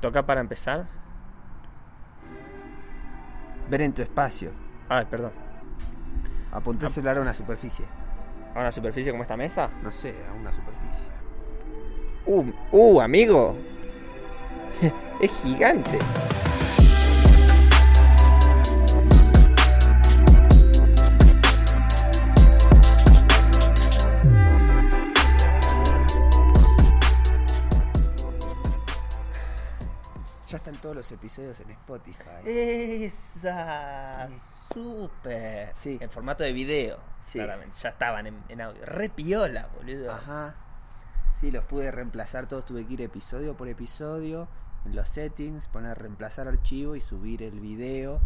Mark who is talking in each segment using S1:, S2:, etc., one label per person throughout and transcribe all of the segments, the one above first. S1: toca para empezar.
S2: Ver en tu espacio.
S1: Ay, perdón.
S2: Apuntar el celular a una superficie.
S1: ¿A Ah, una superficie como esta mesa?
S2: No sé, a una superficie.
S1: Uh, uh, amigo. es gigante.
S2: Ya están todos los episodios en Spotify.
S1: Esa. Súper.
S2: Sí.
S1: En formato de video.
S2: Sí.
S1: Claramente. Ya estaban en, en audio. Re piola, boludo.
S2: Ajá. Sí, los pude reemplazar todos. Tuve que ir episodio por episodio. En los settings, poner reemplazar archivo y subir el video.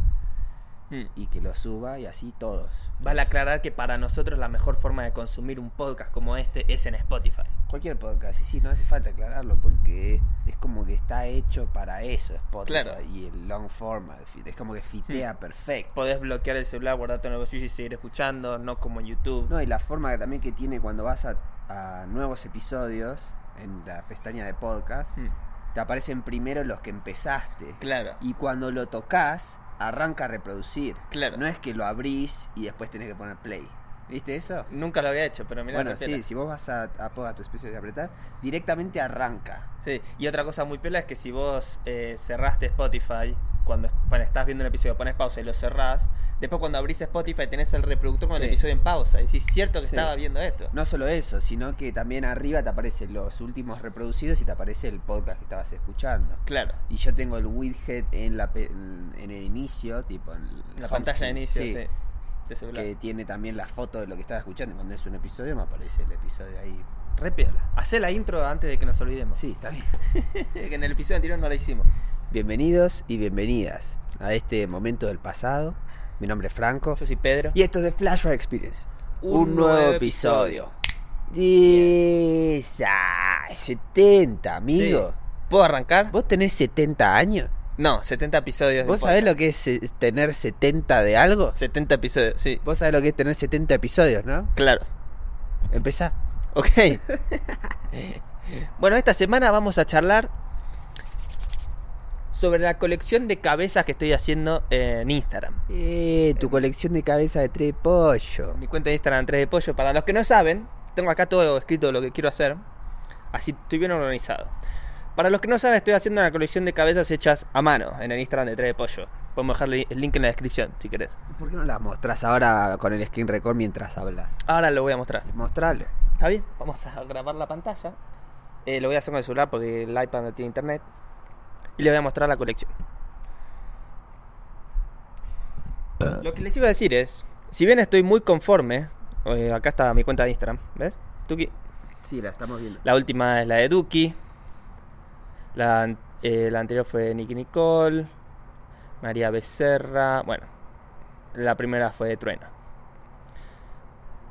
S1: Mm.
S2: Y que lo suba y así todos.
S1: Vale
S2: Los-
S1: aclarar que para nosotros la mejor forma de consumir un podcast como este es en Spotify.
S2: Cualquier podcast, sí, sí, no hace falta aclararlo porque es, es como que está hecho para eso, Spotify
S1: Claro.
S2: y el long format, es como que fitea perfecto.
S1: Podés bloquear el celular, guardar tu negocio y seguir escuchando, no como en YouTube.
S2: No, y la forma que también que tiene cuando vas a, a nuevos episodios en la pestaña de podcast,
S1: Mm.
S2: te aparecen primero los que empezaste.
S1: Claro.
S2: Y cuando lo tocas, arranca a reproducir.
S1: Claro.
S2: No es que lo abrís y después tenés que poner play. ¿Viste eso?
S1: Nunca lo había hecho, pero mira
S2: bueno, sí, si vos vas a, a, a tu especie de apretar, directamente arranca.
S1: Sí, y otra cosa muy pela es que si vos eh, cerraste Spotify, cuando, cuando estás viendo un episodio, pones pausa y lo cerrás, después cuando abrís Spotify tenés el reproductor con el
S2: Sí.
S1: episodio en pausa. Y decís, cierto que
S2: Sí.
S1: estaba viendo esto.
S2: No solo eso, sino que también arriba te aparecen los últimos reproducidos y te aparece el podcast que estabas escuchando.
S1: Claro.
S2: Y yo tengo el widget en la pe- en en el inicio, tipo en el
S1: La
S2: home
S1: pantalla de
S2: screen.
S1: inicio,
S2: Sí,
S1: sí. De celular.
S2: que tiene también la foto de lo que estaba escuchando. y Cuando es un episodio me aparece el episodio ahí.
S1: Re piola. Hacé la intro antes de que nos olvidemos.
S2: Sí, está bien.
S1: que en el episodio anterior no la hicimos.
S2: Bienvenidos y bienvenidas a este momento del pasado. Mi nombre es Franco.
S1: Yo soy Pedro.
S2: Y esto es de Flashback Experience.
S1: Un nuevo episodio.
S2: Esa, 70, ah, amigo.
S1: ¿Puedo arrancar?
S2: ¿Vos tenés 70 años?
S1: No, 70 episodios. de
S2: ¿Vos sabés
S1: podcast.
S2: lo que es eh, tener 70 de algo?
S1: 70 episodios, sí.
S2: Vos sabés lo que es tener 70 episodios, ¿no?
S1: Claro.
S2: Empezá.
S1: Ok. bueno, esta semana vamos a charlar sobre la colección de cabezas que estoy haciendo en Instagram.
S2: Eh, tu colección de cabeza de tres pollo.
S1: Mi cuenta de Instagram 3 de Pollo. Para los que no saben, tengo acá todo escrito lo que quiero hacer. Así estoy bien organizado. Para los que no saben, estoy haciendo una colección de cabezas hechas a mano en el Instagram de 3 de Pollo. Podemos dejarle el link en la descripción si querés.
S2: ¿Por qué no las mostrás ahora con el skin record mientras hablas?
S1: Ahora lo voy a mostrar.
S2: Mostralo.
S1: Está bien, vamos a grabar la pantalla. Eh, lo voy a hacer con el celular porque el iPad no tiene internet. Y le voy a mostrar la colección. Lo que les iba a decir es, si bien estoy muy conforme, eh, acá está mi cuenta de Instagram, ¿ves? Tuki.
S2: Sí, la estamos viendo.
S1: La última es la de Duki. La, an- eh, la anterior fue Nicky Nicole, María Becerra. Bueno, la primera fue Truena.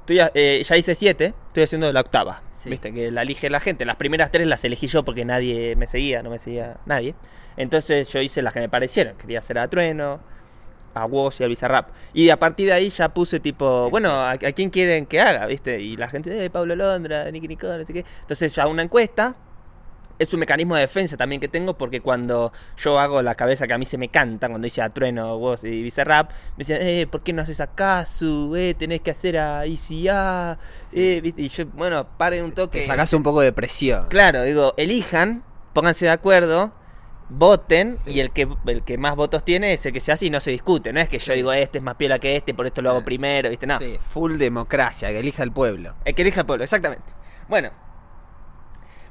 S1: Estoy a- eh, ya hice siete, estoy haciendo la octava.
S2: Sí.
S1: Viste, que la elige la gente. Las primeras tres las elegí yo porque nadie me seguía, no me seguía nadie. Entonces yo hice las que me parecieron. Quería hacer a Trueno, a Woz y a Bizarrap. Y a partir de ahí ya puse tipo, bueno, ¿a, a quién quieren que haga? ¿Viste? Y la gente, eh, Pablo Londra, Nicky Nicole, no sé qué. Entonces ya una encuesta. Es un mecanismo de defensa también que tengo porque cuando yo hago la cabeza que a mí se me canta, cuando hice a Trueno, Woz y Bizarrap, me decían, eh, ¿por qué no haces a Kazu? Eh, tenés que hacer a ICA. Eh, ¿viste? Y yo, bueno, paren un toque.
S2: Te sacás un poco de presión.
S1: Claro, digo, elijan, pónganse de acuerdo, voten
S2: Sí.
S1: y el que el que más votos tiene es el que se hace y no se discute. No es que yo
S2: Sí.
S1: digo, este es más piola que este, por esto lo hago
S2: Ah.
S1: primero, ¿viste? No.
S2: Sí, full democracia, que elija el pueblo.
S1: El que elija el pueblo, exactamente. Bueno.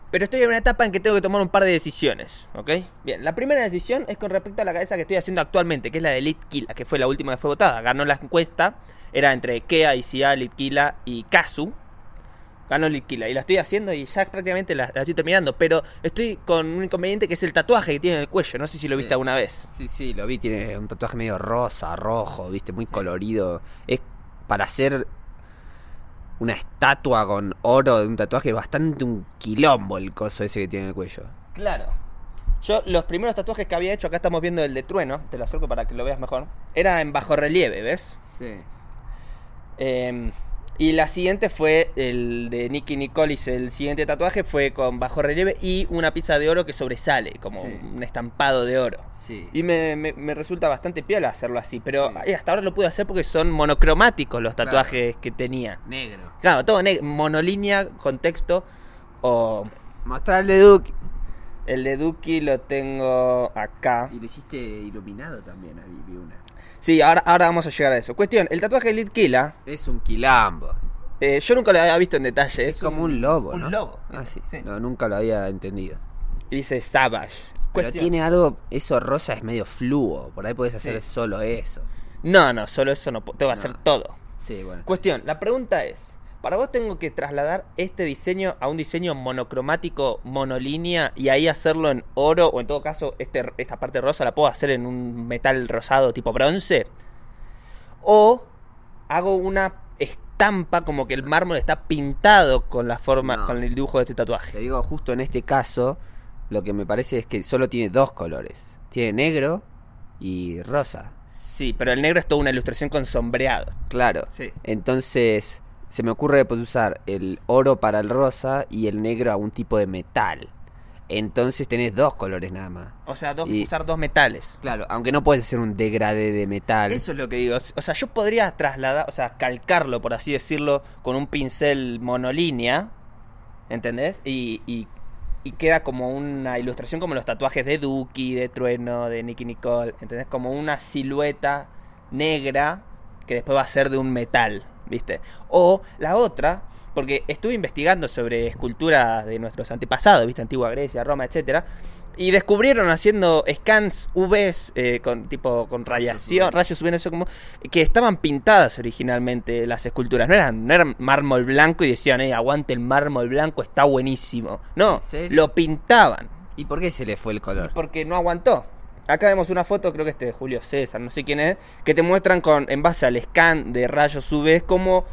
S1: Pero estoy en una etapa en que tengo que tomar un par de decisiones, ¿ok? Bien, la primera decisión es con respecto a la cabeza que estoy haciendo actualmente, que es la de Litkila, que fue la última que fue votada. Ganó la encuesta, era entre Kea, Isia, Litkila y Kazu. Ganó Litkila y la estoy haciendo y ya prácticamente la, la estoy terminando, pero estoy con un inconveniente que es el tatuaje que tiene en el cuello, no sé si lo
S2: Sí.
S1: viste alguna vez.
S2: Sí, sí, lo vi, tiene un tatuaje medio rosa, rojo, viste, muy colorido. Es para hacer una estatua con oro de un tatuaje bastante un quilombo el coso ese que tiene en el cuello.
S1: Claro. Yo, los primeros tatuajes que había hecho, acá estamos viendo el de Trueno, te lo acerco para que lo veas mejor, era en bajo relieve, ¿ves?
S2: Sí.
S1: Eh, Y la siguiente fue el de Nicky Nicolis. El siguiente tatuaje fue con bajo relieve y una pizza de oro que sobresale, como
S2: Sí.
S1: un estampado de oro.
S2: Sí.
S1: Y me, me- me resulta bastante piola hacerlo así, pero
S2: Sí.
S1: eh, hasta ahora lo pude hacer porque son monocromáticos los
S2: Claro.
S1: tatuajes que tenía.
S2: Negro.
S1: Claro, todo neg- monolínea, contexto o
S2: Mostrarle Duke.
S1: El de Duki lo tengo acá.
S2: Y lo hiciste iluminado también, ahí vi una.
S1: Sí, ahora, ahora vamos a llegar a eso. Cuestión, el tatuaje de Litkila,
S2: Es un quilombo.
S1: eh, yo nunca lo había visto en detalle.
S2: Es, como un lobo,
S1: un
S2: ¿no?
S1: lobo.
S2: Ah, sí.
S1: Sí.
S2: No, nunca lo había entendido.
S1: Dice Savage.
S2: Pero
S1: Cuestión.
S2: tiene algo, eso rosa es medio fluo, por ahí puedes hacer
S1: Sí.
S2: solo eso.
S1: No, no, solo eso no puedo. Tengo que
S2: No.
S1: hacer todo.
S2: Sí, bueno.
S1: Cuestión, la pregunta es: ¿para vos tengo que trasladar este diseño a un diseño monocromático, monolínea, y ahí hacerlo en oro, o en todo caso, este, esta parte rosa la puedo hacer en un metal rosado tipo bronce? ¿O hago una estampa como que el mármol está pintado con la forma,
S2: No.
S1: con el dibujo de este
S2: Te
S1: tatuaje?
S2: digo, justo en este caso, lo que me parece es que solo tiene dos colores. Tiene negro y rosa.
S1: Sí, pero el negro es toda una ilustración con sombreado.
S2: Claro.
S1: Sí.
S2: Entonces, se me ocurre pues, usar el oro para el rosa y el negro a un tipo de metal. Entonces tenés dos colores nada más.
S1: O sea, dos,
S2: Y-
S1: usar dos metales.
S2: Claro, aunque no puedes hacer un degradé de metal.
S1: Eso es lo que digo. O sea, yo podría trasladar, o sea, calcarlo, por así decirlo, con un pincel monolínea, ¿entendés? Y, y- y queda como una ilustración como los tatuajes de Duki, de Trueno, de Nicky Nicole, ¿entendés? Como una silueta negra que después va a ser de un metal, ¿viste? O la otra, porque estuve investigando sobre esculturas de nuestros antepasados, ¿viste? Antigua Grecia, Roma, etcétera. Y descubrieron haciendo scans UVs eh, con tipo con radiación,
S2: UV.
S1: rayos UV, no sé cómo, que estaban pintadas originalmente las esculturas, no eran, no eran mármol blanco y decían, eh, aguante el mármol blanco, está buenísimo. No,
S2: ¿En serio?
S1: lo pintaban,
S2: ¿Y por qué se le fue el color?
S1: porque no aguantó. Acá vemos una foto, creo que este de Julio César, no sé quién es, que te muestran con, en base al scan de rayos UV cómo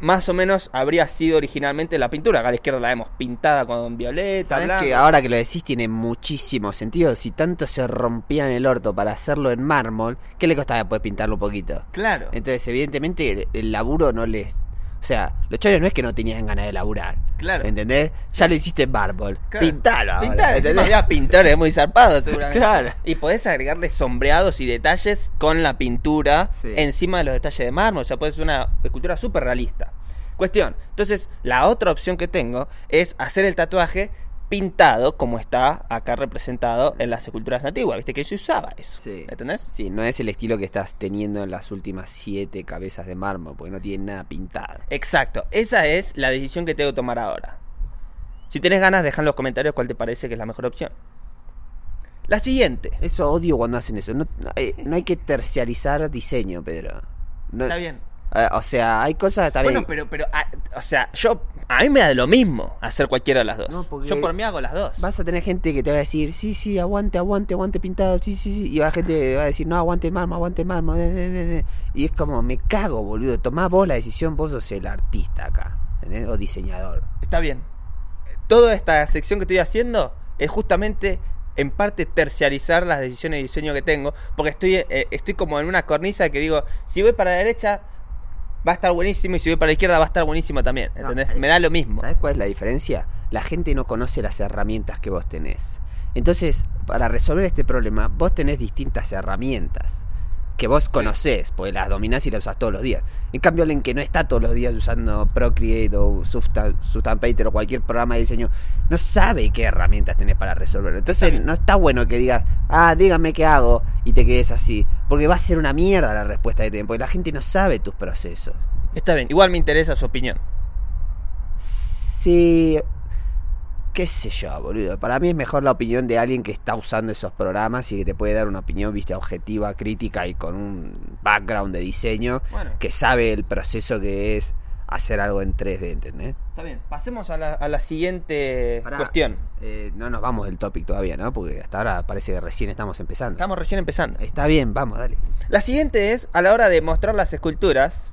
S1: más o menos habría sido originalmente la pintura. Acá a la izquierda la vemos pintada con violeta,
S2: Sabes
S1: blanco.
S2: que ahora que lo decís tiene muchísimo sentido. Si tanto se rompían el orto para hacerlo en mármol, ¿qué le costaba después pintarlo un poquito?
S1: Claro.
S2: Entonces, evidentemente, el, el laburo no les. O sea, los chores no es que no tenían ganas de laburar.
S1: Claro.
S2: ¿Entendés? Ya lo hiciste en mármol.
S1: Claro.
S2: Pintalo ahora.
S1: Pintar, encima
S2: ¿entendés?
S1: había pintores muy zarpados seguramente.
S2: Claro.
S1: Y podés agregarle sombreados y detalles con la pintura
S2: Sí.
S1: encima de los detalles de mármol. O sea, puedes hacer una escultura súper realista. Cuestión. Entonces, la otra opción que tengo es hacer el tatuaje pintado como está acá representado en las esculturas antiguas. Viste que se usaba eso.
S2: Sí.
S1: ¿Entendés?
S2: Sí, no es el estilo que estás teniendo en las últimas siete cabezas de mármol, porque no tienen nada pintado.
S1: Exacto. Esa es la decisión que tengo que tomar ahora. Si tenés ganas, deja en los comentarios cuál te parece que es la mejor opción. La siguiente.
S2: Eso odio cuando hacen eso. No, no hay, no hay que terciarizar diseño, Pedro. No-
S1: Está bien.
S2: Eh, o sea, hay cosas está
S1: bueno,
S2: bien.
S1: pero, pero, ah, o sea, yo, a mí me da lo mismo hacer cualquiera de las dos.
S2: No, porque-
S1: Yo por mí hago las dos.
S2: Vas a tener gente que te va a decir, sí, sí, aguante, aguante, aguante pintado, sí, sí, sí. Y la gente que va a decir, no, aguante el mármol, aguante el mármol. eh, eh, eh, eh". Y es como, me cago, boludo. Tomá vos la decisión, vos sos el artista acá. ¿entendés? O diseñador.
S1: Está bien. Toda esta sección que estoy haciendo es justamente, en parte, terciarizar las decisiones de diseño que tengo, porque estoy, eh, estoy como en una cornisa que digo, si voy para la derecha, va a estar buenísimo, y si voy para la izquierda, va a estar buenísimo también,
S2: No,
S1: ¿entendés?
S2: eh,
S1: me da lo mismo.
S2: ¿Sabes cuál es la diferencia? La gente no conoce las herramientas que vos tenés. Entonces, para resolver este problema, vos tenés distintas herramientas que vos conocés, porque las dominás y las usás todos los días. En cambio, alguien que no está todos los días usando Procreate o Substan- Substant Painter o cualquier programa de diseño, no sabe qué herramientas tenés para resolverlo. Entonces,
S1: Está bien.
S2: no está bueno que digas, ah, dígame qué hago y te quedes así, porque va a ser una mierda la respuesta que tenés, porque la gente no sabe tus procesos.
S1: Está bien, igual me interesa su opinión.
S2: Sí. Qué sé yo, boludo. Para mí es mejor la opinión de alguien que está usando esos programas y que te puede dar una opinión, viste, objetiva, crítica y con un background de diseño
S1: Bueno,
S2: que sabe el proceso que es hacer algo en 3D, ¿entendés?
S1: está bien. Pasemos a la, a la siguiente
S2: Pará.
S1: cuestión.
S2: Eh, no nos vamos del topic todavía, ¿no? Porque hasta ahora parece que recién estamos empezando.
S1: Estamos recién empezando.
S2: Está bien, vamos, dale.
S1: La siguiente es, a la hora de mostrar las esculturas,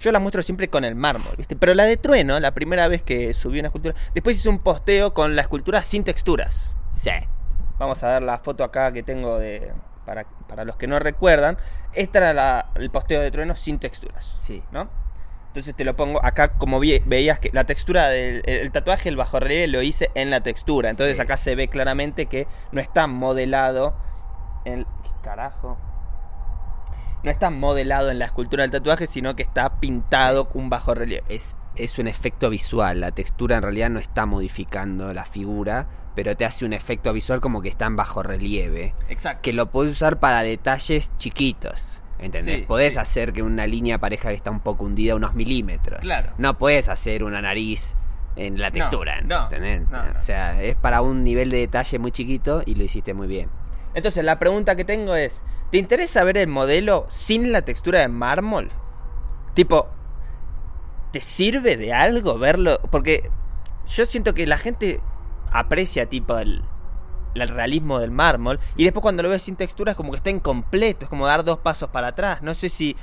S1: yo las muestro siempre con el mármol, ¿viste? Pero la de Trueno, la primera vez que subí una escultura, después hice un posteo con la escultura sin texturas.
S2: Sí.
S1: Vamos a ver la foto acá que tengo de... Para, para los que no recuerdan, este era la- el posteo de Trueno sin texturas,
S2: Sí.
S1: ¿no? Entonces te lo pongo acá, como vi- veías que la textura del el, el tatuaje, el bajorrelieve lo hice en la textura. Entonces
S2: Sí.
S1: acá se ve claramente que no está modelado en... ¿Qué carajo? No está modelado en la escultura del tatuaje, sino que está pintado un bajorrelieve.
S2: Es, es un efecto visual. La textura en realidad no está modificando la figura, pero te hace un efecto visual como que está en bajo relieve.
S1: Exacto.
S2: Que lo podés usar para detalles chiquitos. ¿Entendés?
S1: Sí,
S2: podés
S1: sí.
S2: hacer que una línea parezca que está un poco hundida unos milímetros.
S1: Claro.
S2: No podés hacer una nariz en la
S1: No,
S2: textura.
S1: no,
S2: ¿entendés?
S1: no, no.
S2: O sea, es para un nivel de detalle muy chiquito y lo hiciste muy bien.
S1: Entonces la pregunta que tengo es, ¿te interesa ver el modelo sin la textura de mármol? Tipo, ¿te sirve de algo verlo? Porque yo siento que la gente aprecia tipo el, el realismo del mármol y después cuando lo ves sin textura es como que está incompleto, es como dar dos pasos para atrás. No sé si...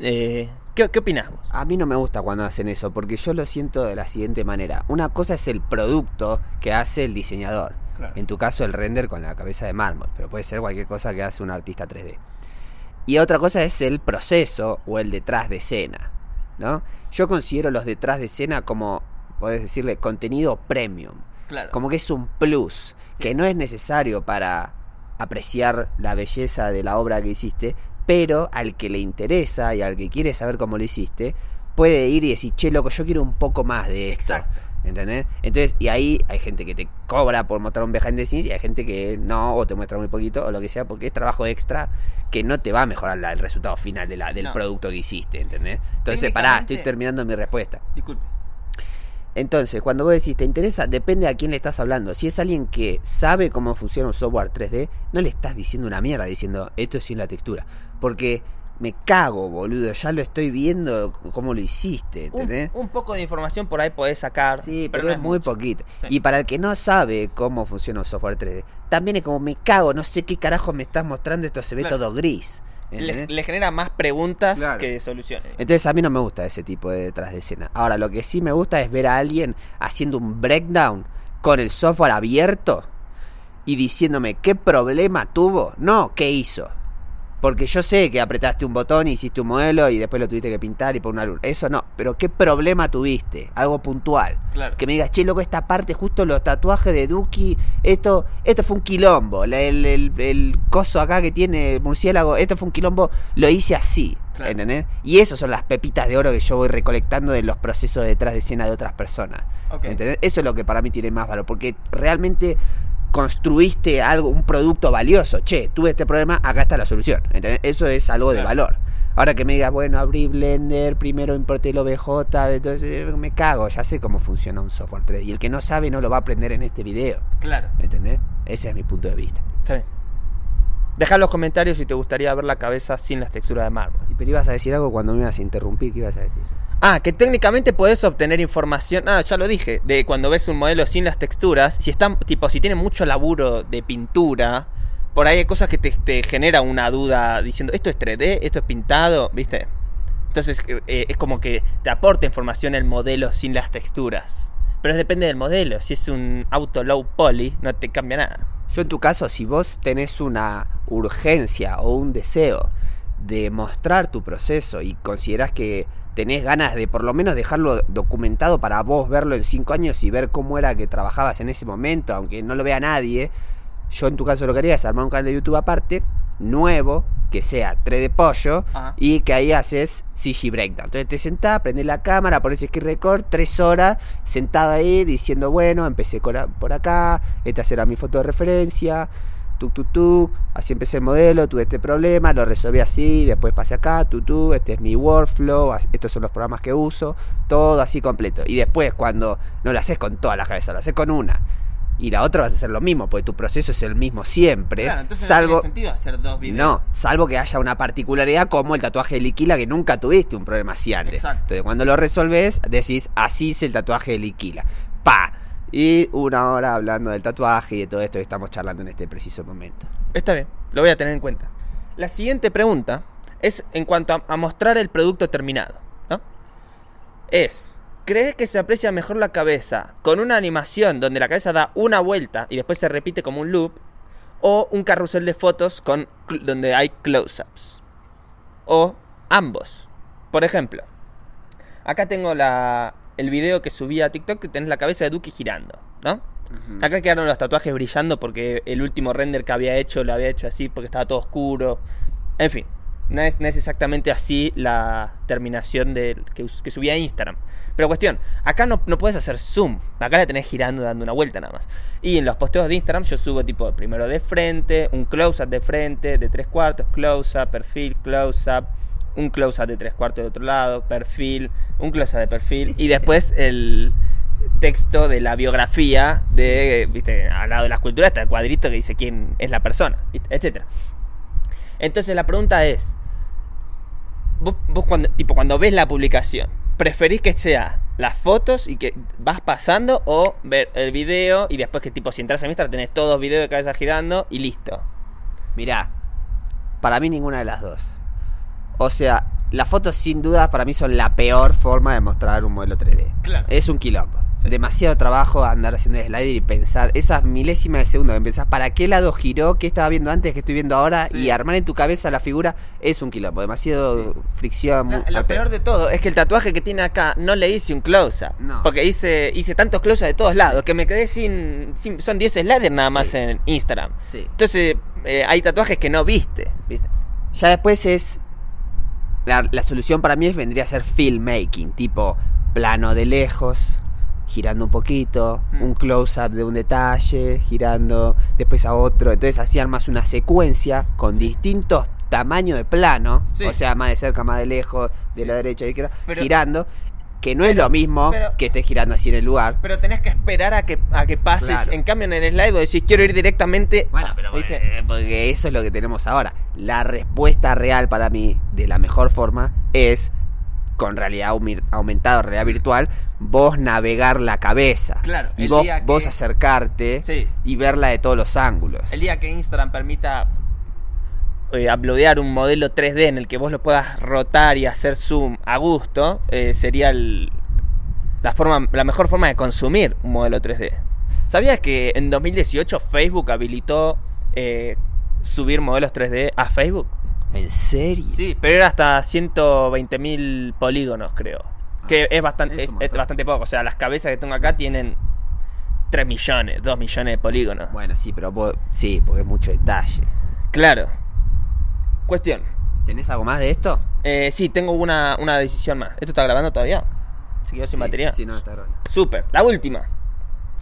S1: eh, ¿Qué, qué opinás vos?
S2: A mí no me gusta cuando hacen eso, porque yo lo siento de la siguiente manera. Una cosa es el producto que hace el diseñador. En tu caso, el render con la cabeza de mármol, pero puede ser cualquier cosa que hace un artista 3D. Y otra cosa es el proceso o el detrás de escena, ¿no? Yo considero los detrás de escena como, podés decirle, contenido premium.
S1: Claro.
S2: Como que es un plus, que no es necesario para apreciar la belleza de la obra que hiciste, pero al que le interesa y al que quiere saber cómo lo hiciste, puede ir y decir, che, loco, yo quiero un poco más de esto.
S1: Exacto.
S2: ¿Entendés? Entonces, y ahí hay gente que te cobra por mostrar un behind the scenes y hay gente que no, o te muestra muy poquito, o lo que sea, porque es trabajo extra que no te va a mejorar la- el resultado final de la- del
S1: No.
S2: producto que hiciste, ¿entendés? Entonces, pará, estoy
S1: Técnicamente-
S2: terminando mi respuesta.
S1: Disculpe.
S2: Entonces, cuando vos decís te interesa, depende a quién le estás hablando. Si es alguien que sabe cómo funciona un software 3D, no le estás diciendo una mierda diciendo esto es sin la textura. Porque me cago, boludo, ya lo estoy viendo cómo lo hiciste,
S1: Un,
S2: ¿entendés?
S1: un poco de información por ahí podés sacar.
S2: Sí, pero,
S1: uh, no
S2: es muy
S1: mucho.
S2: poquito.
S1: Sí.
S2: Y para el que no sabe cómo funciona un software 3D, también es como me cago, no sé qué carajo me estás mostrando, esto se ve
S1: Claro.
S2: todo gris.
S1: Le,
S2: ¿entendés?
S1: le genera más preguntas
S2: Claro.
S1: que soluciones.
S2: Entonces a mí no me gusta ese tipo de detrás de escena. Ahora, lo que sí me gusta es ver a alguien haciendo un breakdown con el software abierto y diciéndome qué problema tuvo, no qué hizo. Porque yo sé que apretaste un botón, hiciste un modelo y después lo tuviste que pintar y poner una luz. Eso no, pero qué problema tuviste, algo puntual.
S1: Claro.
S2: Que me digas, che, loco, esta parte, justo los tatuajes de Duki, esto, esto fue un quilombo. La- El, el- el coso acá que tiene el murciélago, esto fue un quilombo, lo hice así.
S1: Claro.
S2: ¿Entendés? Y esas son las pepitas de oro que yo voy recolectando de los procesos detrás de escena de otras personas.
S1: Ok.
S2: ¿Entendés? Eso es lo que para mí tiene más valor, porque realmente construiste algo, un producto valioso. Che, tuve este problema, acá está la solución. ¿Entendés? Eso es algo de
S1: Claro.
S2: valor. Ahora que me digas, bueno, abrí Blender, primero importé el OBJ, entonces eh, me cago, ya sé cómo funciona un software 3D. Y el que no sabe no lo va a aprender en este video.
S1: Claro.
S2: ¿Entendés? Ese es mi punto de vista.
S1: Está bien. Deja en los comentarios si te gustaría ver la cabeza sin las texturas de mármol.
S2: Y Pero ibas a decir algo cuando me ibas a interrumpir, ¿qué ibas a decir?
S1: Ah, que técnicamente podés obtener información. Ah, ya lo dije. De cuando ves un modelo sin las texturas. Si están, tipo, si tiene mucho laburo de pintura. Por ahí hay cosas que te, te genera una duda diciendo, esto es 3D, esto es pintado, ¿viste? Entonces eh, es como que te aporta información el modelo sin las texturas. Pero depende del modelo. Si es un auto low poly, no te cambia nada.
S2: Yo en tu caso, si vos tenés una urgencia o un deseo de mostrar tu proceso y considerás que tenés ganas de por lo menos dejarlo documentado para vos verlo en cinco años y ver cómo era que trabajabas en ese momento, aunque no lo vea nadie, yo en tu caso lo que haría es armar un canal de YouTube aparte, nuevo, que sea 3D pollo,
S1: Ajá.
S2: y que ahí haces CG Breakdown. Entonces te sentás, prendés la cámara, pones Ski Record, tres horas sentado ahí diciendo, bueno, empecé con la- por acá, esta será mi foto de referencia, tuk tuk tuk, así empecé el modelo, tuve este problema, lo resolví así, después pasé acá, tuk tuk, este es mi workflow, as- estos son los programas que uso, todo así completo. Y después cuando no lo haces con todas las cabezas, lo haces con una. Y la otra vas a hacer lo mismo, porque tu proceso es el mismo siempre. salvo,
S1: sentido hacer dos
S2: no, salvo que haya una particularidad como el tatuaje de Liquila que nunca tuviste un problema así antes.
S1: Exacto.
S2: Entonces cuando lo resolves decís, así hice el tatuaje de Liquila. Pa. Y una hora hablando del tatuaje y de todo esto que estamos charlando en este preciso momento.
S1: Está bien, lo voy a tener en cuenta. La siguiente pregunta es en cuanto a, a mostrar el producto terminado, ¿no? Es, ¿crees que se aprecia mejor la cabeza con una animación donde la cabeza da una vuelta y después se repite como un loop? ¿O un carrusel de fotos con, cl- donde hay close-ups? ¿O ambos? Por ejemplo, Acá tengo la, el video que subí a TikTok que tenés la cabeza de Duki girando, ¿no?
S2: Ujú.
S1: Acá quedaron los tatuajes brillando porque el último render que había hecho lo había hecho así porque estaba todo oscuro. En fin, no es, no es exactamente así la terminación del que, us- que subí a Instagram. Pero cuestión, acá no, no puedes hacer zoom. Acá la tenés girando dando una vuelta nada más. Y en los posteos de Instagram yo subo tipo primero de frente, un close-up de frente, de tres cuartos, close-up, perfil, close-up. Un close-up de tres cuartos de otro lado, perfil, un close-up de perfil. Y después el texto de la biografía de, viste, al lado de la escultura está el cuadrito que dice quién es la persona, ¿viste? etcétera. Entonces la pregunta es, vos, vos cuando, tipo, cuando ves la publicación, ¿preferís que sea las fotos y que vas pasando o ver el video y después que tipo si entras a Instagram tenés todos videos de cabeza girando y listo?
S2: Mirá, para mí ninguna de las dos. O sea, las fotos sin dudas para mí son la peor forma de mostrar un modelo 3D.
S1: Claro.
S2: Es un quilombo. Demasiado trabajo andar haciendo el slider y pensar esas milésimas de segundo. que Pensás para qué lado giró, qué estaba viendo antes, qué estoy viendo ahora.
S1: Sí.
S2: Y armar en tu cabeza la figura es un quilombo. Demasiado
S1: Sí.
S2: fricción.
S1: La-
S2: muy-
S1: lo peor de todo es que el tatuaje que tiene acá no le hice un close-up.
S2: No.
S1: Porque hice, hice tantos close-up de todos lados que me quedé sin. sin- son 10 sliders nada más
S2: Sí.
S1: en Instagram.
S2: Sí.
S1: Entonces eh, hay tatuajes que no viste. ¿viste?
S2: Ya después es. La, la solución para mí es, vendría a ser filmmaking, tipo plano de lejos, girando un poquito,
S1: Mm.
S2: un close-up de un detalle, girando después a otro. Entonces así armas una secuencia con distintos tamaños de plano,
S1: Sí.
S2: o sea, más de cerca, más de lejos, de
S1: Sí.
S2: la derecha, de la izquierda,
S1: Pero-
S2: girando, que no es lo mismo
S1: pero-
S2: que estés girando así en el lugar.
S1: Pero tenés que esperar a que, a que pases.
S2: Claro.
S1: En cambio, en el slide vos decís, quiero ir directamente.
S2: Bueno,
S1: a-
S2: pero
S1: ¿viste?
S2: eh, porque eso es lo que tenemos ahora. La respuesta real para mí, de la mejor forma, es con realidad aumi- aumentada, realidad virtual, vos navegar la cabeza.
S1: Claro,
S2: Y
S1: el
S2: vos,
S1: día que-
S2: vos acercarte
S1: Sí.
S2: y verla de todos los ángulos.
S1: El día que Instagram permita eh, uploadear un modelo 3D en el que vos lo puedas rotar y hacer zoom a gusto, eh, sería el- la, forma, la mejor forma de consumir un modelo 3D. ¿Sabías que en 2018 Facebook habilitó eh, subir modelos 3D a Facebook?
S2: ¿En serio?
S1: Sí, pero era hasta 120.000 polígonos, creo. Que
S2: Ah,
S1: es, bastante,
S2: es
S1: es,
S2: un
S1: es
S2: montón.
S1: bastante poco. O sea, las cabezas que tengo acá tienen 3 millones, 2 millones de polígonos.
S2: Bueno, sí, pero vos- sí, porque es mucho detalle.
S1: Claro. Cuestión.
S2: ¿Tenés algo más de esto?
S1: Eh, sí, tengo una, una decisión más. ¿Esto está grabando todavía? ¿Se quedó
S2: Sí,
S1: sin batería?
S2: Sí, no, está grabando.
S1: Super. La última.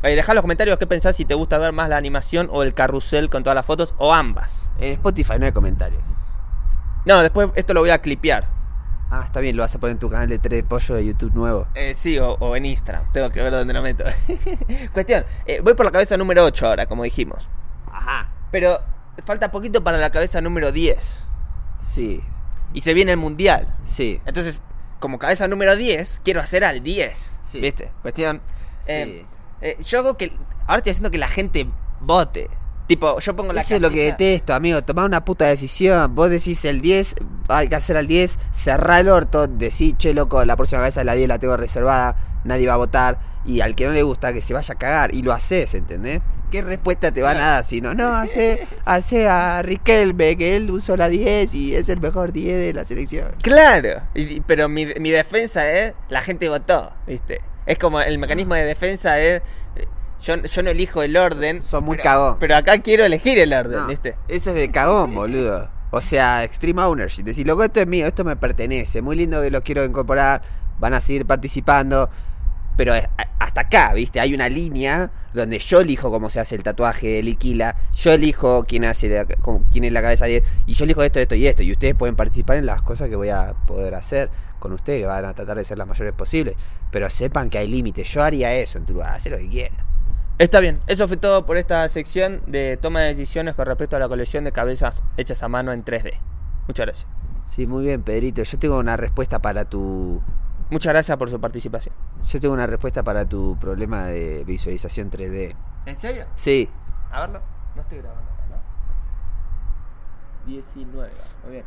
S1: Eh, dejá en los comentarios qué pensás si te gusta ver más la animación o el carrusel con todas las fotos o ambas.
S2: En Spotify no hay comentarios.
S1: No, después esto lo voy a clipear.
S2: Ah, está bien, lo vas a poner en tu canal de 3 de pollo de YouTube nuevo.
S1: Eh, sí, o, o en Instagram. Tengo que ver dónde lo meto. Cuestión. eh, voy por la cabeza número 8 ahora, como dijimos.
S2: Ajá.
S1: Pero falta poquito para la cabeza número 10.
S2: Sí,
S1: Y se viene el mundial.
S2: sí.
S1: Entonces, como cabeza número 10, quiero hacer al 10.
S2: Sí.
S1: ¿Viste? Cuestión. eh,
S2: Sí.
S1: eh, yo hago que. Ahora estoy haciendo que la gente vote. Tipo, yo pongo la
S2: Eso es lo que
S1: casilla-
S2: detesto, amigo. Tomá una puta decisión. Vos decís el 10, hay que hacer al 10, cerrá el orto, decís, che, loco, la próxima cabeza de la 10 la tengo reservada, nadie va a votar. Y al que no le gusta, que se vaya a cagar. Y lo haces, ¿entendés? ¿Qué respuesta te van a dar si no? No, hace, hace a Riquelme, que él usó la 10 y es el mejor 10 de la selección.
S1: Claro. Y- y- pero mi, mi defensa es. La gente votó, ¿viste? Es como el mecanismo de defensa es. eh, Yo, yo no elijo el orden.
S2: Son muy
S1: pero-
S2: cagón.
S1: Pero acá quiero elegir el orden,
S2: No,
S1: ¿viste?
S2: Eso es de cagón, boludo. O sea, extreme ownership. Decir, loco, esto es mío, esto me pertenece. Muy lindo que lo quiero incorporar. Van a seguir participando. Pero es- a- hasta acá, ¿viste? Hay una línea donde yo elijo cómo se hace el tatuaje de Liquila. Yo elijo quién hace la- cómo- quién es la cabeza 10. Y yo elijo esto, esto y esto. Y ustedes pueden participar en las cosas que voy a poder hacer con ustedes, que van a tratar de ser las mayores posibles. Pero sepan que hay límites. Yo haría eso en tu lugar. Hacé lo que quieran.
S1: Está bien, eso fue todo por esta sección de toma de decisiones con respecto a la colección de cabezas hechas a mano en 3D. Muchas gracias.
S2: Sí, muy bien, Pedrito. Yo tengo una respuesta para tu
S1: Muchas gracias por su participación.
S2: Yo tengo una respuesta para tu problema de visualización 3D.
S1: ¿En serio?
S2: Sí,
S1: A verlo. No estoy grabando acá, ¿no? 19, muy bien.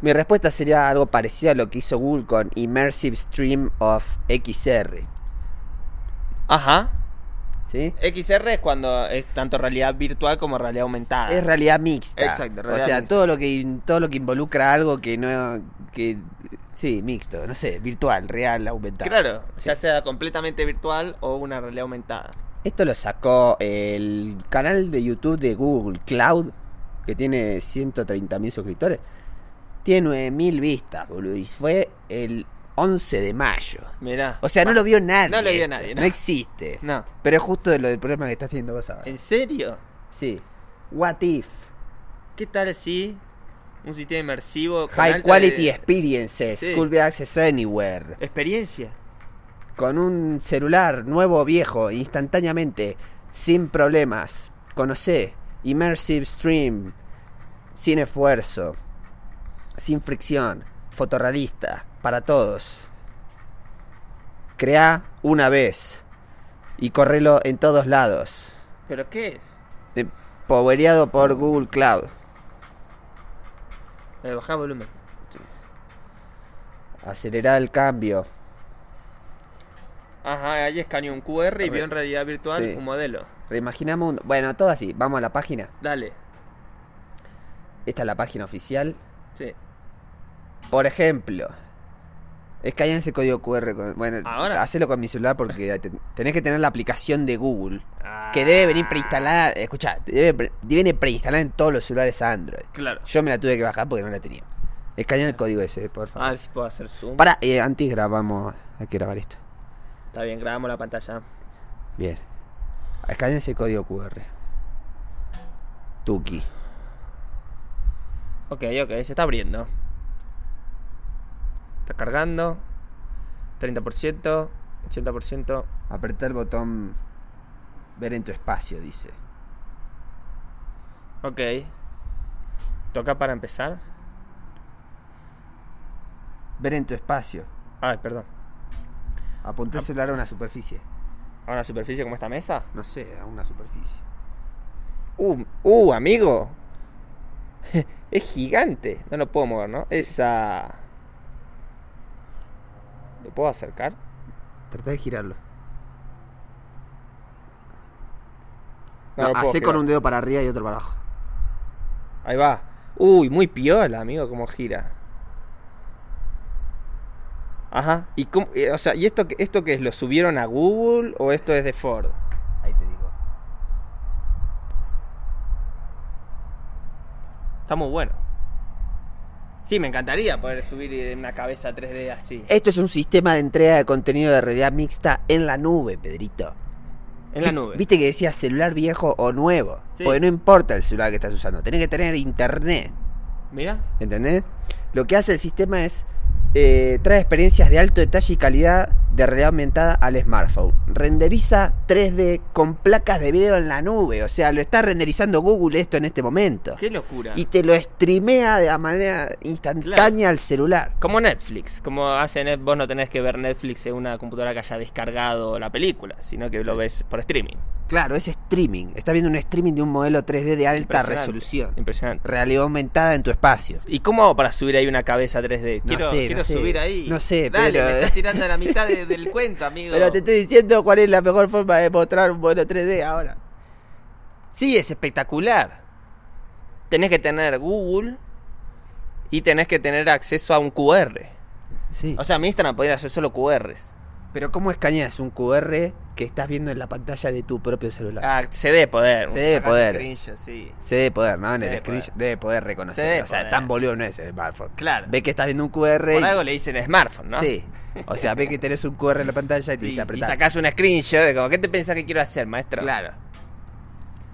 S2: mi respuesta sería algo parecido a lo que hizo Google con Immersive Stream of XR.
S1: Ajá.
S2: ¿Sí?
S1: XR es cuando es tanto realidad virtual como realidad aumentada.
S2: Es realidad mixta.
S1: Exacto, realidad
S2: o sea,
S1: mixta.
S2: todo lo que in- todo lo que involucra algo que no que Sí, mixto, no sé, virtual, real, aumentado.
S1: Claro,
S2: Sí.
S1: ya sea completamente virtual o una realidad aumentada.
S2: Esto lo sacó el canal de YouTube de Google Cloud, que tiene 130.000 suscriptores. Tiene 9.000 vistas, boludo. Y fue el 11 de mayo.
S1: Mirá.
S2: O sea, no lo vio nadie.
S1: no lo vio
S2: esto,
S1: nadie,
S2: No,
S1: no.
S2: existe.
S1: No. Eh.
S2: Pero es justo de lo del problema que estás teniendo vos ahora.
S1: ¿En serio?
S2: Sí. What if?
S1: ¿Qué tal si un sistema inmersivo con
S2: High
S1: alta
S2: quality
S1: de-
S2: experiences
S1: Sí.
S2: could be accessed anywhere.
S1: experiencia?
S2: Con un celular nuevo o viejo, instantáneamente, sin problemas. Conoce Immersive Stream, sin esfuerzo, sin fricción, fotorrealista, para todos. Crea una vez y correlo en todos lados.
S1: ¿Pero qué es?
S2: Eh, Powereado por Google Cloud.
S1: Eh, Bajá volumen.
S2: Acelerar el cambio.
S1: Ajá, ahí escaneó un QR y
S2: A ver.
S1: vio en realidad virtual
S2: Sí.
S1: un modelo.
S2: Reimaginamos un... Bueno, todo así. Vamos a la página.
S1: Dale.
S2: Esta es la página oficial.
S1: Sí.
S2: Por ejemplo, escanean ese código QR. con- Bueno,
S1: Ahora.
S2: hacelo con mi celular porque te- tenés que tener la aplicación de Google. Que debe
S1: Ah,
S2: venir preinstalada. Escucha, debe, pre- viene preinstalada en todos los celulares Android.
S1: Claro.
S2: Yo me la tuve que bajar porque no la tenía. Escanean el código ese, por
S1: A ver
S2: favor.
S1: si puedo hacer zoom.
S2: Para, eh, antes grabamos. Hay que grabar esto.
S1: Está bien, grabamos la pantalla.
S2: Bien. Escanean ese código QR. Tuki.
S1: Ok, ok, se está abriendo. Está cargando. 30%, 80%.
S2: Apretar el botón ver en tu espacio, dice.
S1: Ok. Toca para empezar.
S2: Ver en tu espacio.
S1: Ay, perdón.
S2: Apuntar el celular a una superficie.
S1: ¿A una superficie como esta mesa?
S2: No sé, a una superficie.
S1: Uh, uh, amigo. es gigante. No lo puedo mover, ¿no? Esa. ¿Lo puedo acercar?
S2: Trata de girarlo.
S1: No, lo puedo
S2: hacé con
S1: girar.
S2: un dedo para arriba y otro para abajo.
S1: Ahí va. Uy, muy piola, amigo, como gira. Ajá. ¿Y cómo- eh, o sea, ¿y esto, qué- esto que es? ¿Lo subieron a Google o esto es de Ford?
S2: Ahí te digo.
S1: Está muy bueno. Sí, me encantaría poder subir eh, una cabeza 3D así.
S2: Esto es un sistema de entrega de contenido de realidad mixta en la nube, Pedrito.
S1: En la nube.
S2: Viste que decía celular viejo o nuevo.
S1: Sí.
S2: Porque no importa el celular que estás usando, tenés que tener internet.
S1: Mira.
S2: ¿Entendés? Lo que hace el sistema es eh, trae experiencias de alto detalle y calidad de realidad aumentada al smartphone. Renderiza 3D con placas de video en la nube. O sea, lo está renderizando Google esto en este momento.
S1: Qué locura.
S2: Y te lo streamea de la manera instantánea al celular.
S1: Como Netflix, como hace Net, vos no tenés que ver Netflix en una computadora que haya descargado la película, sino que lo ves por streaming.
S2: Claro, es streaming. Está viendo un streaming de un modelo 3D de alta
S1: Impresionante,
S2: resolución.
S1: Impresionante.
S2: Realidad aumentada en tu espacio.
S1: ¿Y cómo hago para subir ahí una cabeza 3D?
S2: No
S1: Quiero,
S2: sé, no
S1: quiero
S2: sé.
S1: subir ahí.
S2: No sé,
S1: Dale,
S2: pero- eh.
S1: me estás tirando a la mitad de- del cuento, amigo.
S2: Pero te estoy diciendo cuál es la mejor forma de mostrar un modelo 3D ahora.
S1: Sí, es espectacular. Tenés que tener Google y tenés que tener acceso a un QR.
S2: Sí.
S1: O sea, mi Instagram podría hacer solo QRs.
S2: Pero ¿cómo escaneas un QR que estás viendo en la pantalla de tu propio celular?
S1: Ah, se debe poder.
S2: Se debe
S1: Sacás
S2: poder.
S1: screenshot, sí.
S2: Se debe poder, ¿no? En
S1: Se
S2: el
S1: debe
S2: screen
S1: poder.
S2: debe poder
S1: Se
S2: reconocer.
S1: debe
S2: o sea,
S1: poder.
S2: tan boludo no es el smartphone.
S1: Claro.
S2: Ve que estás viendo un QR.
S1: Por
S2: y-
S1: algo le dicen smartphone, ¿no?
S2: Sí. O sea, ve que tenés un QR en la pantalla y te
S1: Sí,
S2: dice
S1: y
S2: apretar.
S1: sacás una screenshot de como, ¿qué te pensás que quiero hacer, maestro?
S2: Claro.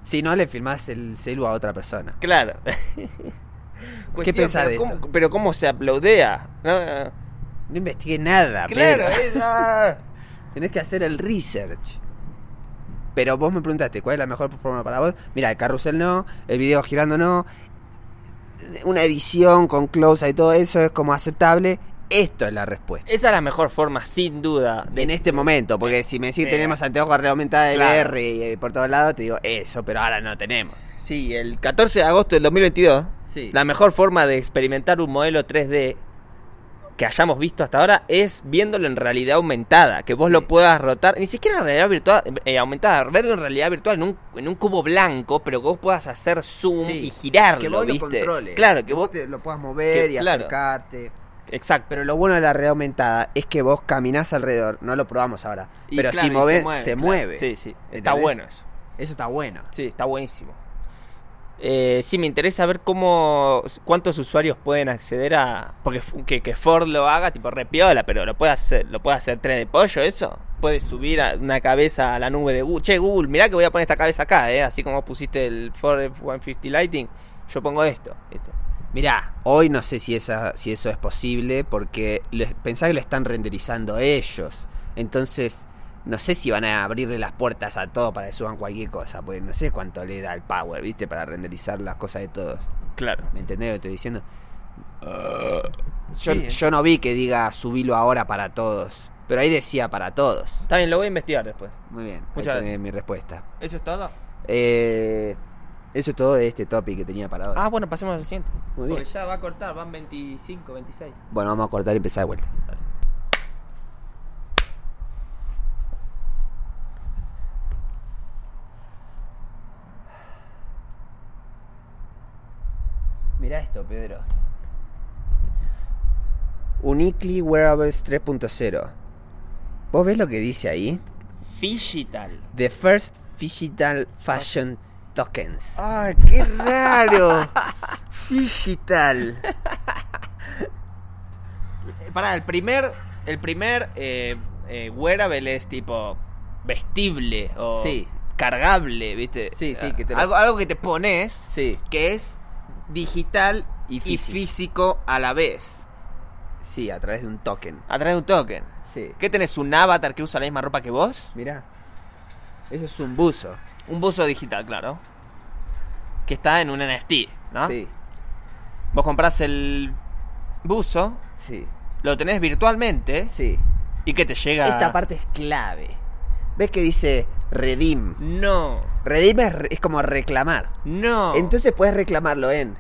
S2: Si no, le filmás el celu a otra persona.
S1: Claro. Cuestión,
S2: pensás
S1: pero
S2: de
S1: cómo-
S2: esto?
S1: Pero cómo se aplaudea. ¿no?
S2: No investigué nada,
S1: Claro,
S2: Pedro.
S1: es- ah.
S2: Tenés que hacer el research. Pero vos me preguntaste, ¿cuál es la mejor forma para vos? Mira, el carrusel no, el video girando no. Una edición con close y todo eso es como aceptable. Esto es la respuesta.
S1: Esa es la mejor forma, sin duda. de-
S2: En este momento, porque si me decís
S1: Mira.
S2: tenemos anteojos aumentada de
S1: Claro.
S2: VR y, eh, por todos lados, te digo eso, pero ahora no tenemos.
S1: Sí, el 14 de agosto del 2022.
S2: Sí.
S1: La mejor forma de experimentar un modelo 3D que hayamos visto hasta ahora es viéndolo en realidad aumentada, que vos
S2: Sí.
S1: lo puedas rotar, ni siquiera en realidad virtual, eh, aumentada, verlo en realidad virtual en un, en un cubo blanco, pero que vos puedas hacer zoom
S2: Sí,
S1: y girarlo,
S2: que vos lo
S1: ¿viste?
S2: controles.
S1: Claro, que vos
S2: te lo puedas mover
S1: que-
S2: y
S1: claro.
S2: acercarte.
S1: exacto.
S2: Pero lo bueno de la realidad aumentada es que vos caminás alrededor, no lo probamos ahora,
S3: Y
S2: pero
S3: claro,
S2: si
S3: y
S2: movés,
S3: se mueve,
S2: se
S3: claro.
S2: mueve.
S1: sí, sí. Está
S2: ¿Entendés?
S1: bueno eso.
S2: Eso está bueno.
S1: Sí, está buenísimo. Eh, sí, me interesa ver cómo cuántos usuarios pueden acceder a. Porque f- que, que Ford lo haga, tipo repiola, pero lo puede hacer, lo puede hacer tren de pollo eso. Puede subir a- una cabeza a la nube de Google. Che, Google, mirá que voy a poner esta cabeza acá, eh. Así como vos pusiste el Ford F-150 Lighting, yo pongo esto. ¿viste?
S2: Mirá, hoy no sé si, esa, si eso es posible porque lo- pensá que lo están renderizando ellos. Entonces, no sé si van a abrirle las puertas a todo para que suban cualquier cosa, porque no sé cuánto le da el power, ¿viste? Para renderizar las cosas de todos.
S1: Claro.
S2: ¿Me entendés lo que estoy diciendo? Yo,
S3: Ah, Sí. eh.
S2: yo no vi que diga subilo ahora para todos, pero ahí decía para todos.
S1: Está bien, lo voy a investigar después.
S2: Muy bien, ahí
S1: Muchas
S2: tenés
S1: gracias.
S2: mi respuesta.
S1: ¿Eso es todo?
S2: Eh, eso es todo de este topic que tenía parado.
S1: Ah, bueno, pasemos al siguiente.
S2: Muy bien.
S1: ya va a cortar, van 25, 26.
S2: Bueno, vamos a cortar y empezar de vuelta. Mirá esto, Pedro. Uniqli Wearables 3.0. ¿Vos ves lo que dice ahí?
S1: Figital.
S2: The first digital fashion tokens.
S1: Ay,
S2: Ah, ¡Qué raro! digital.
S1: Pará, el primer, el primer eh, eh, wearable es tipo vestible o
S2: Sí.
S1: cargable, ¿viste? Ah,
S2: Sí, sí, que te lo-
S1: algo, algo que te pones
S2: Sí,
S1: que es digital
S2: Y
S1: y físico.
S2: físico.
S1: a la vez.
S2: sí, a través de un token.
S1: A través de un token.
S2: Sí.
S1: ¿Qué tenés? ¿Un avatar que usa la misma ropa que vos?
S2: Mirá. Eso es un buzo.
S1: Un buzo digital, claro. Que está en un NFT, ¿no?
S2: Sí,
S1: Vos comprás el buzo,
S2: sí,
S1: lo tenés virtualmente
S2: sí.
S1: y que te llega...
S2: Esta parte es clave. ¿Ves que dice redeem?
S1: No,
S2: Redeem es, re- es como reclamar.
S1: no.
S2: Entonces puedes reclamarlo en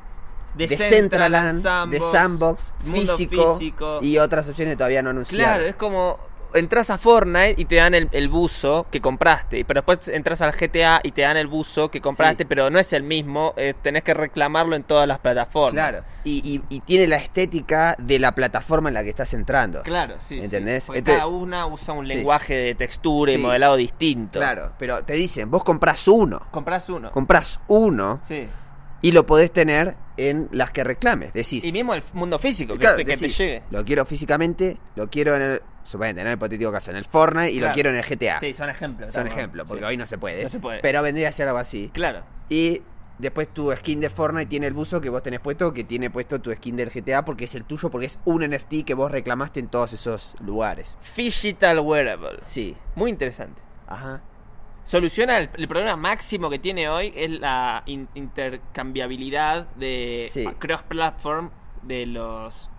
S1: de
S2: Decentraland,
S1: Sandbox,
S2: de Sandbox,
S1: Mundo
S2: físico,
S1: Físico.
S2: y otras opciones que todavía no anunciaron.
S1: Claro, es como entras a Fortnite y te dan el, el buzo que compraste, pero después entras al GTA y te dan el buzo que compraste,
S2: Sí.
S1: pero no es el mismo, eh, tenés que reclamarlo en todas las plataformas.
S2: Claro. Y, y- y tiene la estética de la plataforma en la que estás entrando.
S1: Claro, sí. sí,
S2: ¿Entendés?
S1: porque
S2: Entonces-
S1: cada una usa un
S2: Sí.
S1: lenguaje de textura y
S2: Sí.
S1: modelado distinto.
S2: Claro, pero te dicen, vos comprás uno.
S1: Comprás uno.
S2: Comprás uno
S1: sí.
S2: y lo podés tener en las que reclames. Decís,
S1: Y mismo el f- mundo físico, que,
S2: claro,
S1: te, que te
S2: decís,
S1: llegue.
S2: lo quiero físicamente, lo quiero en el, suponete, en el hipotético caso, en el Fortnite y
S1: Claro.
S2: lo quiero en el GTA.
S1: Sí, son ejemplos.
S2: Son
S1: estamos-
S2: ejemplos, porque
S1: sí.
S2: hoy no se puede.
S1: No se puede.
S2: Pero vendría a ser algo así.
S1: Claro.
S2: Y después tu skin de Fortnite tiene el buzo que vos tenés puesto, que tiene puesto tu skin del GTA porque es el tuyo, porque es un NFT que vos reclamaste en todos esos lugares.
S1: Digital wearables.
S2: Sí.
S1: Muy interesante.
S2: Ajá.
S1: Soluciona el, el problema máximo que tiene hoy es la in- intercambiabilidad de
S2: Sí.
S1: cross-platform de los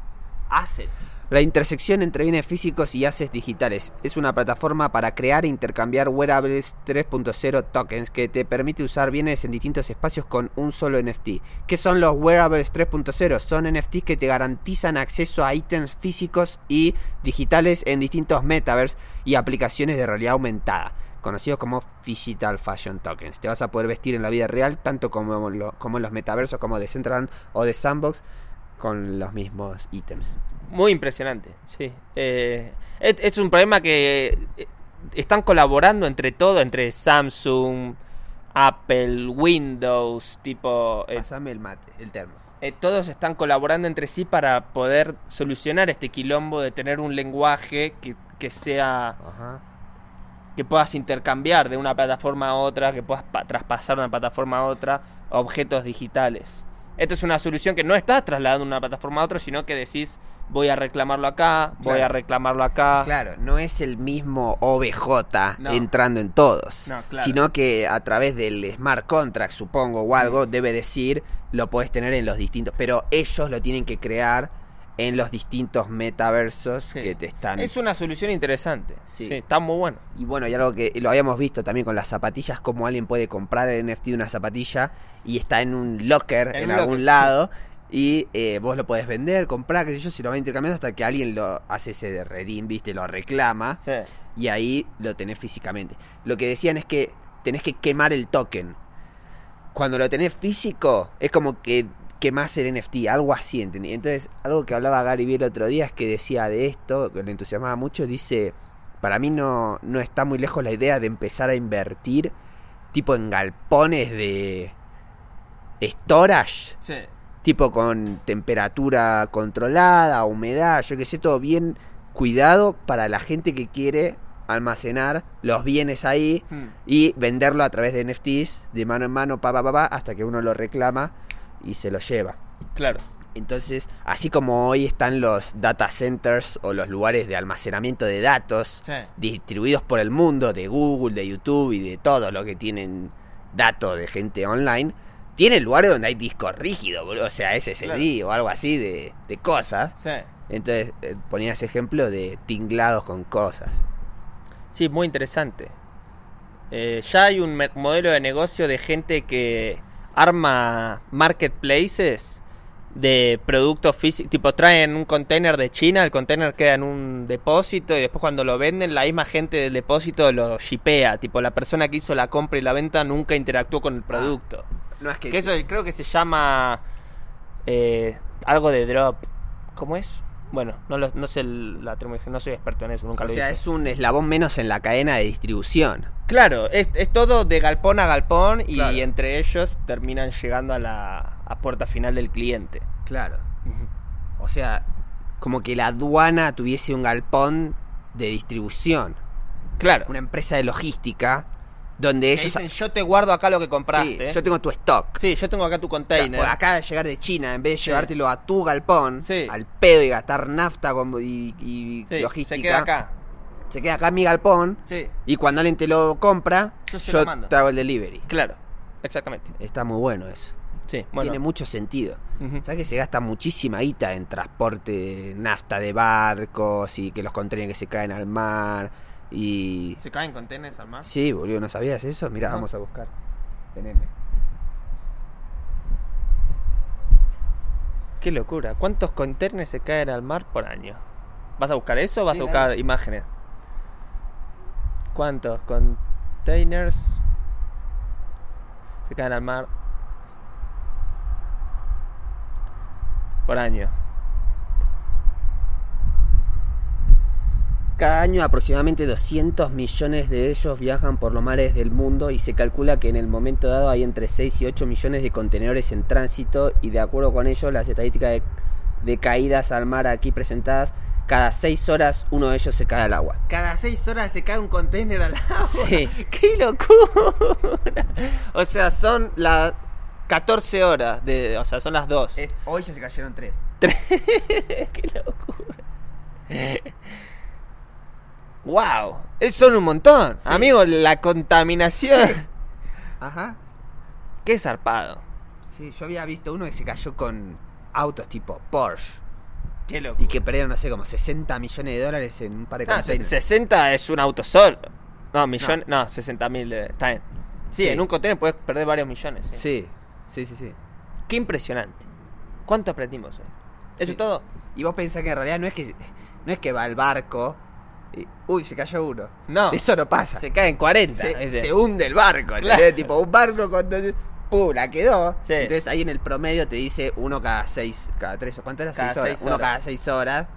S1: assets.
S2: La intersección entre bienes físicos y assets digitales es una plataforma para crear e intercambiar wearables 3.0 tokens que te permite usar bienes en distintos espacios con un solo NFT. ¿Qué son los wearables 3.0? Son NFTs que te garantizan acceso a ítems físicos y digitales en distintos metaverse y aplicaciones de realidad aumentada, conocidos como Digital Fashion Tokens. Te vas a poder vestir en la vida real tanto como en, lo- como en los metaversos como de Central o de Sandbox con los mismos ítems.
S1: Muy impresionante, sí. Eh, es, es un problema que eh, están colaborando entre todo, entre Samsung, Apple, Windows, tipo... eh,
S2: Pasame el mate, el termo.
S1: eh, todos están colaborando entre sí para poder solucionar este quilombo de tener un lenguaje que, que sea...
S2: Ajá.
S1: que puedas intercambiar de una plataforma a otra, que puedas pa- traspasar de una plataforma a otra objetos digitales. Esto es una solución que no estás trasladando de una plataforma a otra, sino que decís, voy a reclamarlo acá, voy
S2: Claro.
S1: a reclamarlo acá.
S2: Claro, no es el mismo OBJ
S1: No.
S2: entrando en todos,
S1: No, claro.
S2: sino que a través del smart contract, supongo, o algo,
S1: Mm.
S2: debe decir, lo podés tener en los distintos, pero ellos lo tienen que crear en los distintos metaversos
S1: Sí.
S2: que te están...
S1: Es una solución interesante.
S2: Sí.
S1: Sí, está muy bueno.
S2: Y bueno, y algo que lo habíamos visto también con las zapatillas, como alguien puede comprar el NFT de una zapatilla y está en un locker
S1: En
S2: en,
S1: un
S2: algún
S1: locker,
S2: lado. Y eh, vos lo podés vender, comprar, qué sé yo, si lo van intercambiando hasta que alguien lo hace ese de redeem, viste, lo reclama
S1: Sí.
S2: y ahí lo tenés físicamente. Lo que decían es que tenés que quemar el token. Cuando lo tenés físico, es como que quemás el NFT, algo así, ¿entendés? Entonces, algo que hablaba Gary Vee el otro día es que decía de esto, que le entusiasmaba mucho, dice, para mí no, no está muy lejos la idea de empezar a invertir tipo en galpones de storage,
S1: Sí.
S2: tipo con temperatura controlada, humedad, yo que sé, todo bien cuidado para la gente que quiere almacenar los bienes ahí
S1: Hmm.
S2: y venderlo a través de NFTs de mano en mano, pa, pa, pa, pa, hasta que uno lo reclama y se lo lleva.
S1: Claro.
S2: Entonces, así como hoy están los data centers o los lugares de almacenamiento de datos
S1: Sí.
S2: distribuidos por el mundo, de Google, de YouTube y de todo lo que tienen datos de gente online, tiene lugares donde hay discos rígidos, boludo, o sea, SSD o algo así de, de cosas.
S1: Sí.
S2: Entonces, eh, ponías ejemplo de tinglados con cosas.
S1: Sí, muy interesante. Eh, ya hay un mer- modelo de negocio de gente que arma marketplaces de productos físicos. Tipo, traen un container de China, el container queda en un depósito y después cuando lo venden, la misma gente del depósito lo shipea. Tipo, la persona que hizo la compra y la venta nunca interactuó con el producto.
S2: No es Ah, que,
S1: Que eso creo que se llama eh, algo de drop. ¿Cómo es? Bueno, no, lo- no sé el- la terminología, no soy experto en eso, nunca
S2: o
S1: lo
S2: sea,
S1: hice.
S2: es un eslabón menos en la cadena de distribución.
S1: Claro, es, es todo de galpón a galpón y
S2: Claro.
S1: entre ellos terminan llegando a la a puerta final del cliente.
S2: Claro. O sea, como que la aduana tuviese un galpón de distribución,
S1: Claro.
S2: una empresa de logística, donde
S1: Te
S2: ellos...
S1: dicen, yo te guardo acá lo que
S2: Sí,
S1: compraste. Sí,
S2: yo tengo tu stock.
S1: tengo acá tu
S2: Acá-
S1: container.
S2: por acá de llegar de China, en vez de
S1: Sí.
S2: llevártelo a tu galpón,
S1: Sí.
S2: al pedo y gastar nafta con- y, y
S1: Sí,
S2: logística,
S1: se queda acá.
S2: se queda acá en mi galpón
S1: Sí,
S2: y cuando alguien te lo compra,
S1: Yo
S2: yo,
S1: se lo mando.
S2: te hago el delivery.
S1: claro. Exactamente.
S2: Está muy bueno eso.
S1: Sí, bueno.
S2: Tiene mucho sentido.
S1: Ujú.
S2: ¿Sabes que se gasta muchísima guita en transporte de nafta de barcos y que los contenedores que se caen al mar? Y.
S1: ¿Se caen containers al mar?
S2: Sí, boludo, ¿no sabías eso? Mira,
S1: Ah. No.
S2: vamos a buscar. Teneme.
S1: Qué locura. ¿Cuántos containers se caen al mar por año? ¿Vas a buscar eso o vas
S2: Sí,
S1: a buscar
S2: dale.
S1: imágenes? ¿Cuántos containers se caen al mar por año?
S2: Cada año aproximadamente 200 millones de ellos viajan por los mares del mundo y se calcula que en el momento dado hay entre 6 y 8 millones de contenedores en tránsito y de acuerdo con ello las estadísticas de, de caídas al mar aquí presentadas, cada 6 horas uno de ellos se cae al agua.
S1: Cada seis horas se cae un container al agua.
S2: Sí.
S1: ¡Qué locura! O sea, son las 14 horas. De, o sea, son las 2.
S2: Eh, hoy ya se cayeron 3.
S1: ¡Qué locura! ¡Wow! eh, Son un montón.
S2: Sí.
S1: Amigo, la contaminación.
S2: Ajá.
S1: ¡Qué zarpado!
S2: Sí, yo había visto uno que se cayó con autos tipo Porsche
S1: ¡Qué
S2: y que perdieron, no sé, como 60 millones de dólares en un par de
S1: No, se-
S2: containers.
S1: 60 es un auto solo. No, millón, no, 60 mil. eh, Está bien. Sí,
S2: Sí.
S1: en un container puedes perder varios millones. sí.
S2: Sí, sí, sí, sí.
S1: ¡Qué impresionante! ¿Cuánto aprendimos hoy? ¿Eso
S2: Sí.
S1: todo?
S2: Y vos pensás que en realidad no es que no es que va al barco. y- uy, se cayó uno.
S1: No.
S2: Eso no pasa.
S1: Se uh, caen 40.
S2: Se,
S1: ¿viste?
S2: se hunde el barco. ¿entendés?
S1: Claro.
S2: Tipo, un barco con. ¡Pum! La quedó.
S1: Sí.
S2: Entonces ahí en el promedio te dice uno cada seis. Cada tres o cuánto era?
S1: Cada
S2: seis horas.
S1: seis
S2: Uno
S1: horas.
S2: cada seis horas.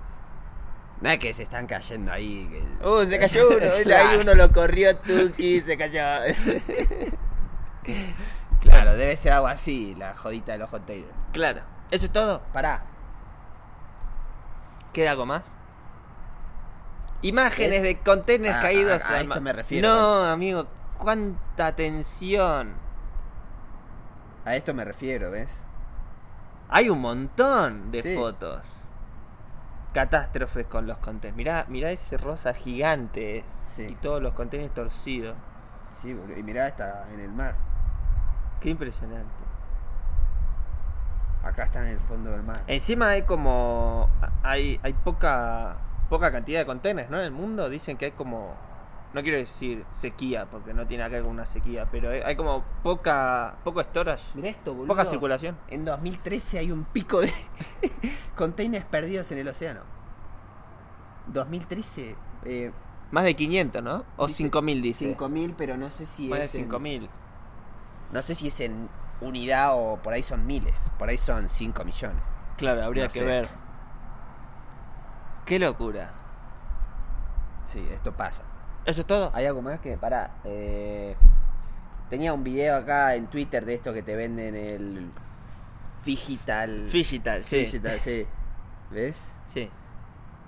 S2: No es que se están cayendo ahí. que-
S1: Uh, se cayó uno. ¿viste? Ahí
S2: Claro.
S1: uno lo corrió, Tuki, se cayó.
S2: Claro, debe ser algo así, la jodita del ojo Taylor.
S1: claro. ¿Eso es todo?
S2: Pará.
S1: ¿Queda algo más? Imágenes de contenedores
S2: A-
S1: caídos.
S2: a- a
S1: al
S2: esto
S1: mar.
S2: me refiero.
S1: No, amigo, cuánta tensión.
S2: A esto me refiero, ¿ves?
S1: Hay un montón de
S2: Sí.
S1: fotos. Catástrofes con los contenedores. Mirá, mirá ese rosa gigante
S2: Sí.
S1: y todos los contenedores torcidos.
S2: Sí, boludo. Y mirá, está en el mar.
S1: Qué impresionante.
S2: Acá está en el fondo del mar.
S1: Encima hay como. Hay, hay poca poca cantidad de contenedores, ¿no? En el mundo dicen que hay como. No quiero decir sequía, porque no tiene acá una sequía, pero hay, hay como poca poco storage,
S2: Mirá esto, boludo.
S1: poca circulación.
S2: En 2013 hay un pico de containers perdidos en el océano. 2013, eh,
S1: Más de 500, ¿no? O
S2: Dice-
S1: 5000, dice.
S2: 5000, pero no sé si
S1: Más de
S2: es en-
S1: 5000.
S2: no sé si es en unidad o por ahí son miles, por ahí son 5 millones.
S1: Claro, habría
S2: No
S1: que
S2: sé.
S1: ver. Qué locura.
S2: Sí, esto pasa.
S1: ¿Eso es todo?
S2: Hay algo más que, pará, eh, tenía un video acá en Twitter de esto que te venden el digital.
S1: Digital, sí.
S2: Digital, sí. ¿Ves?
S1: Sí.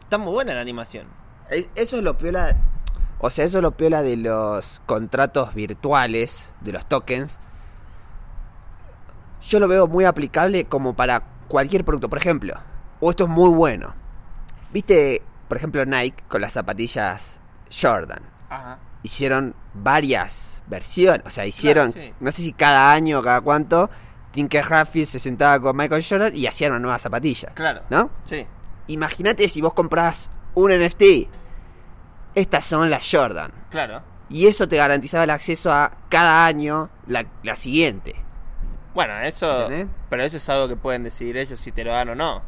S1: Está muy buena la animación.
S2: Es- Eso es lo piola. O sea, eso es lo piola de los contratos virtuales, de los tokens. Yo lo veo muy aplicable como para cualquier producto. Por ejemplo, o esto es muy bueno. ¿Viste, por ejemplo, Nike con las zapatillas Jordan?
S1: Ajá.
S2: Hicieron varias versiones. O sea, hicieron,
S1: sí.
S2: no sé si cada año, cada cuánto, Tinker Hatfield se sentaba con Michael Jordan y hacían una nueva zapatilla.
S1: Claro.
S2: ¿No?
S1: Sí.
S2: Imagínate si vos comprás un NFT. Estas son las Jordan.
S1: Claro.
S2: Y eso te garantizaba el acceso a cada año la, la siguiente.
S1: Bueno, eso.
S2: ¿Entendés?
S1: Pero eso es algo que pueden decidir ellos si te lo dan o no.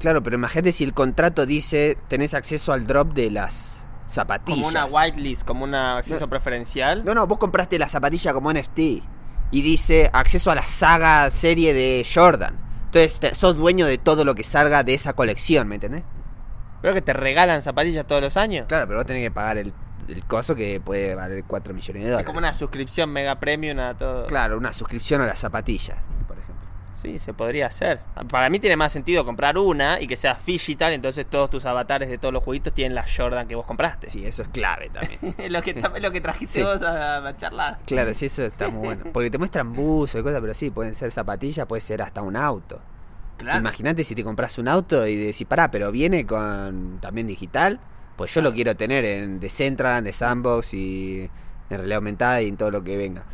S2: Claro, pero imagínate si el contrato dice tenés acceso al drop de las zapatillas.
S1: Como una whitelist, como un acceso
S2: No.
S1: preferencial.
S2: No, no, vos compraste la zapatilla como NFT. Y dice acceso a la saga serie de Jordan. Entonces te- sos dueño de todo lo que salga de esa colección, ¿me entendés?
S1: Pero que te regalan zapatillas todos los años.
S2: Claro, pero vos tenés que pagar el, el coso que puede valer 4 millones de
S1: Es
S2: dólares.
S1: como una suscripción mega premium a todo.
S2: Claro, una suscripción a las zapatillas, por ejemplo.
S1: Sí, se podría hacer. Para mí tiene más sentido comprar una y que sea digital, entonces todos tus avatares de todos los jueguitos tienen la Jordan que vos compraste.
S2: Sí, eso es clave también.
S1: lo, que, lo que trajiste
S2: Sí.
S1: vos a, a charlar.
S2: claro, sí, eso está muy bueno. Porque te muestran buzos y cosas, pero sí, pueden ser zapatillas, puede ser hasta un auto.
S1: Claro.
S2: Imagínate si te compras un auto y decís, pará, pero viene con también digital. Pues yo lo quiero tener en Decentraland, de Sandbox y en realidad aumentada y en todo lo que venga.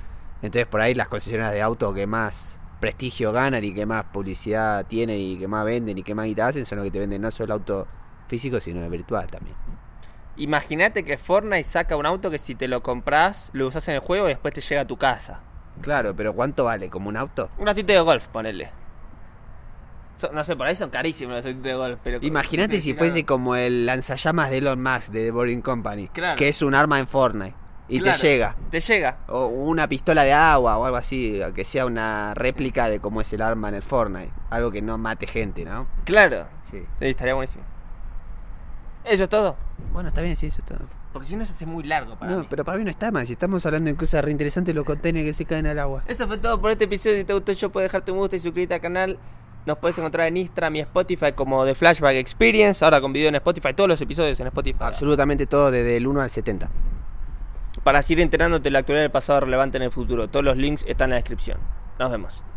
S2: Entonces por ahí las concesionarias de autos que más prestigio ganan y que más publicidad tienen y que más venden y que más guita hacen son los que te venden no solo auto físico sino virtual también.
S1: Imagínate que Fortnite saca un auto que si te lo compras, lo usas en el juego y después te llega a tu casa.
S2: Claro, pero ¿cuánto vale? ¿Como un auto?
S1: Un ratito de golf, ponele. So- no sé, por ahí son carísimos los ratitos de golf, pero...
S2: Imagínate si fuese como el lanzallamas de Elon Musk de The Boring Company,
S1: Claro.
S2: que es un arma en Fortnite y
S1: Claro,
S2: te llega.
S1: Te llega.
S2: O una pistola de agua o algo así, que sea una réplica de cómo es el arma en el Fortnite. Algo que no mate gente, ¿no?
S1: Claro.
S2: Sí.
S1: Sí, estaría buenísimo. Eso es todo.
S2: Bueno, está bien, sí, eso es todo.
S1: Porque si no se hace muy largo para
S2: no,
S1: mí.
S2: pero para mí no está mal. Si estamos hablando de cosas reinteresantes, los containers que se caen al agua.
S1: Eso fue todo por este episodio. Si te gustó, yo puedes dejar tu me gusta y suscribirte al canal. Nos puedes encontrar en Instagram y Spotify como The Flashback Experience. Ahora con video en Spotify, todos los episodios en Spotify.
S2: Absolutamente todo desde el 1 al 70.
S1: Para seguir enterándote de la actualidad del pasado relevante en el futuro. Todos los links están en la descripción. Nos vemos.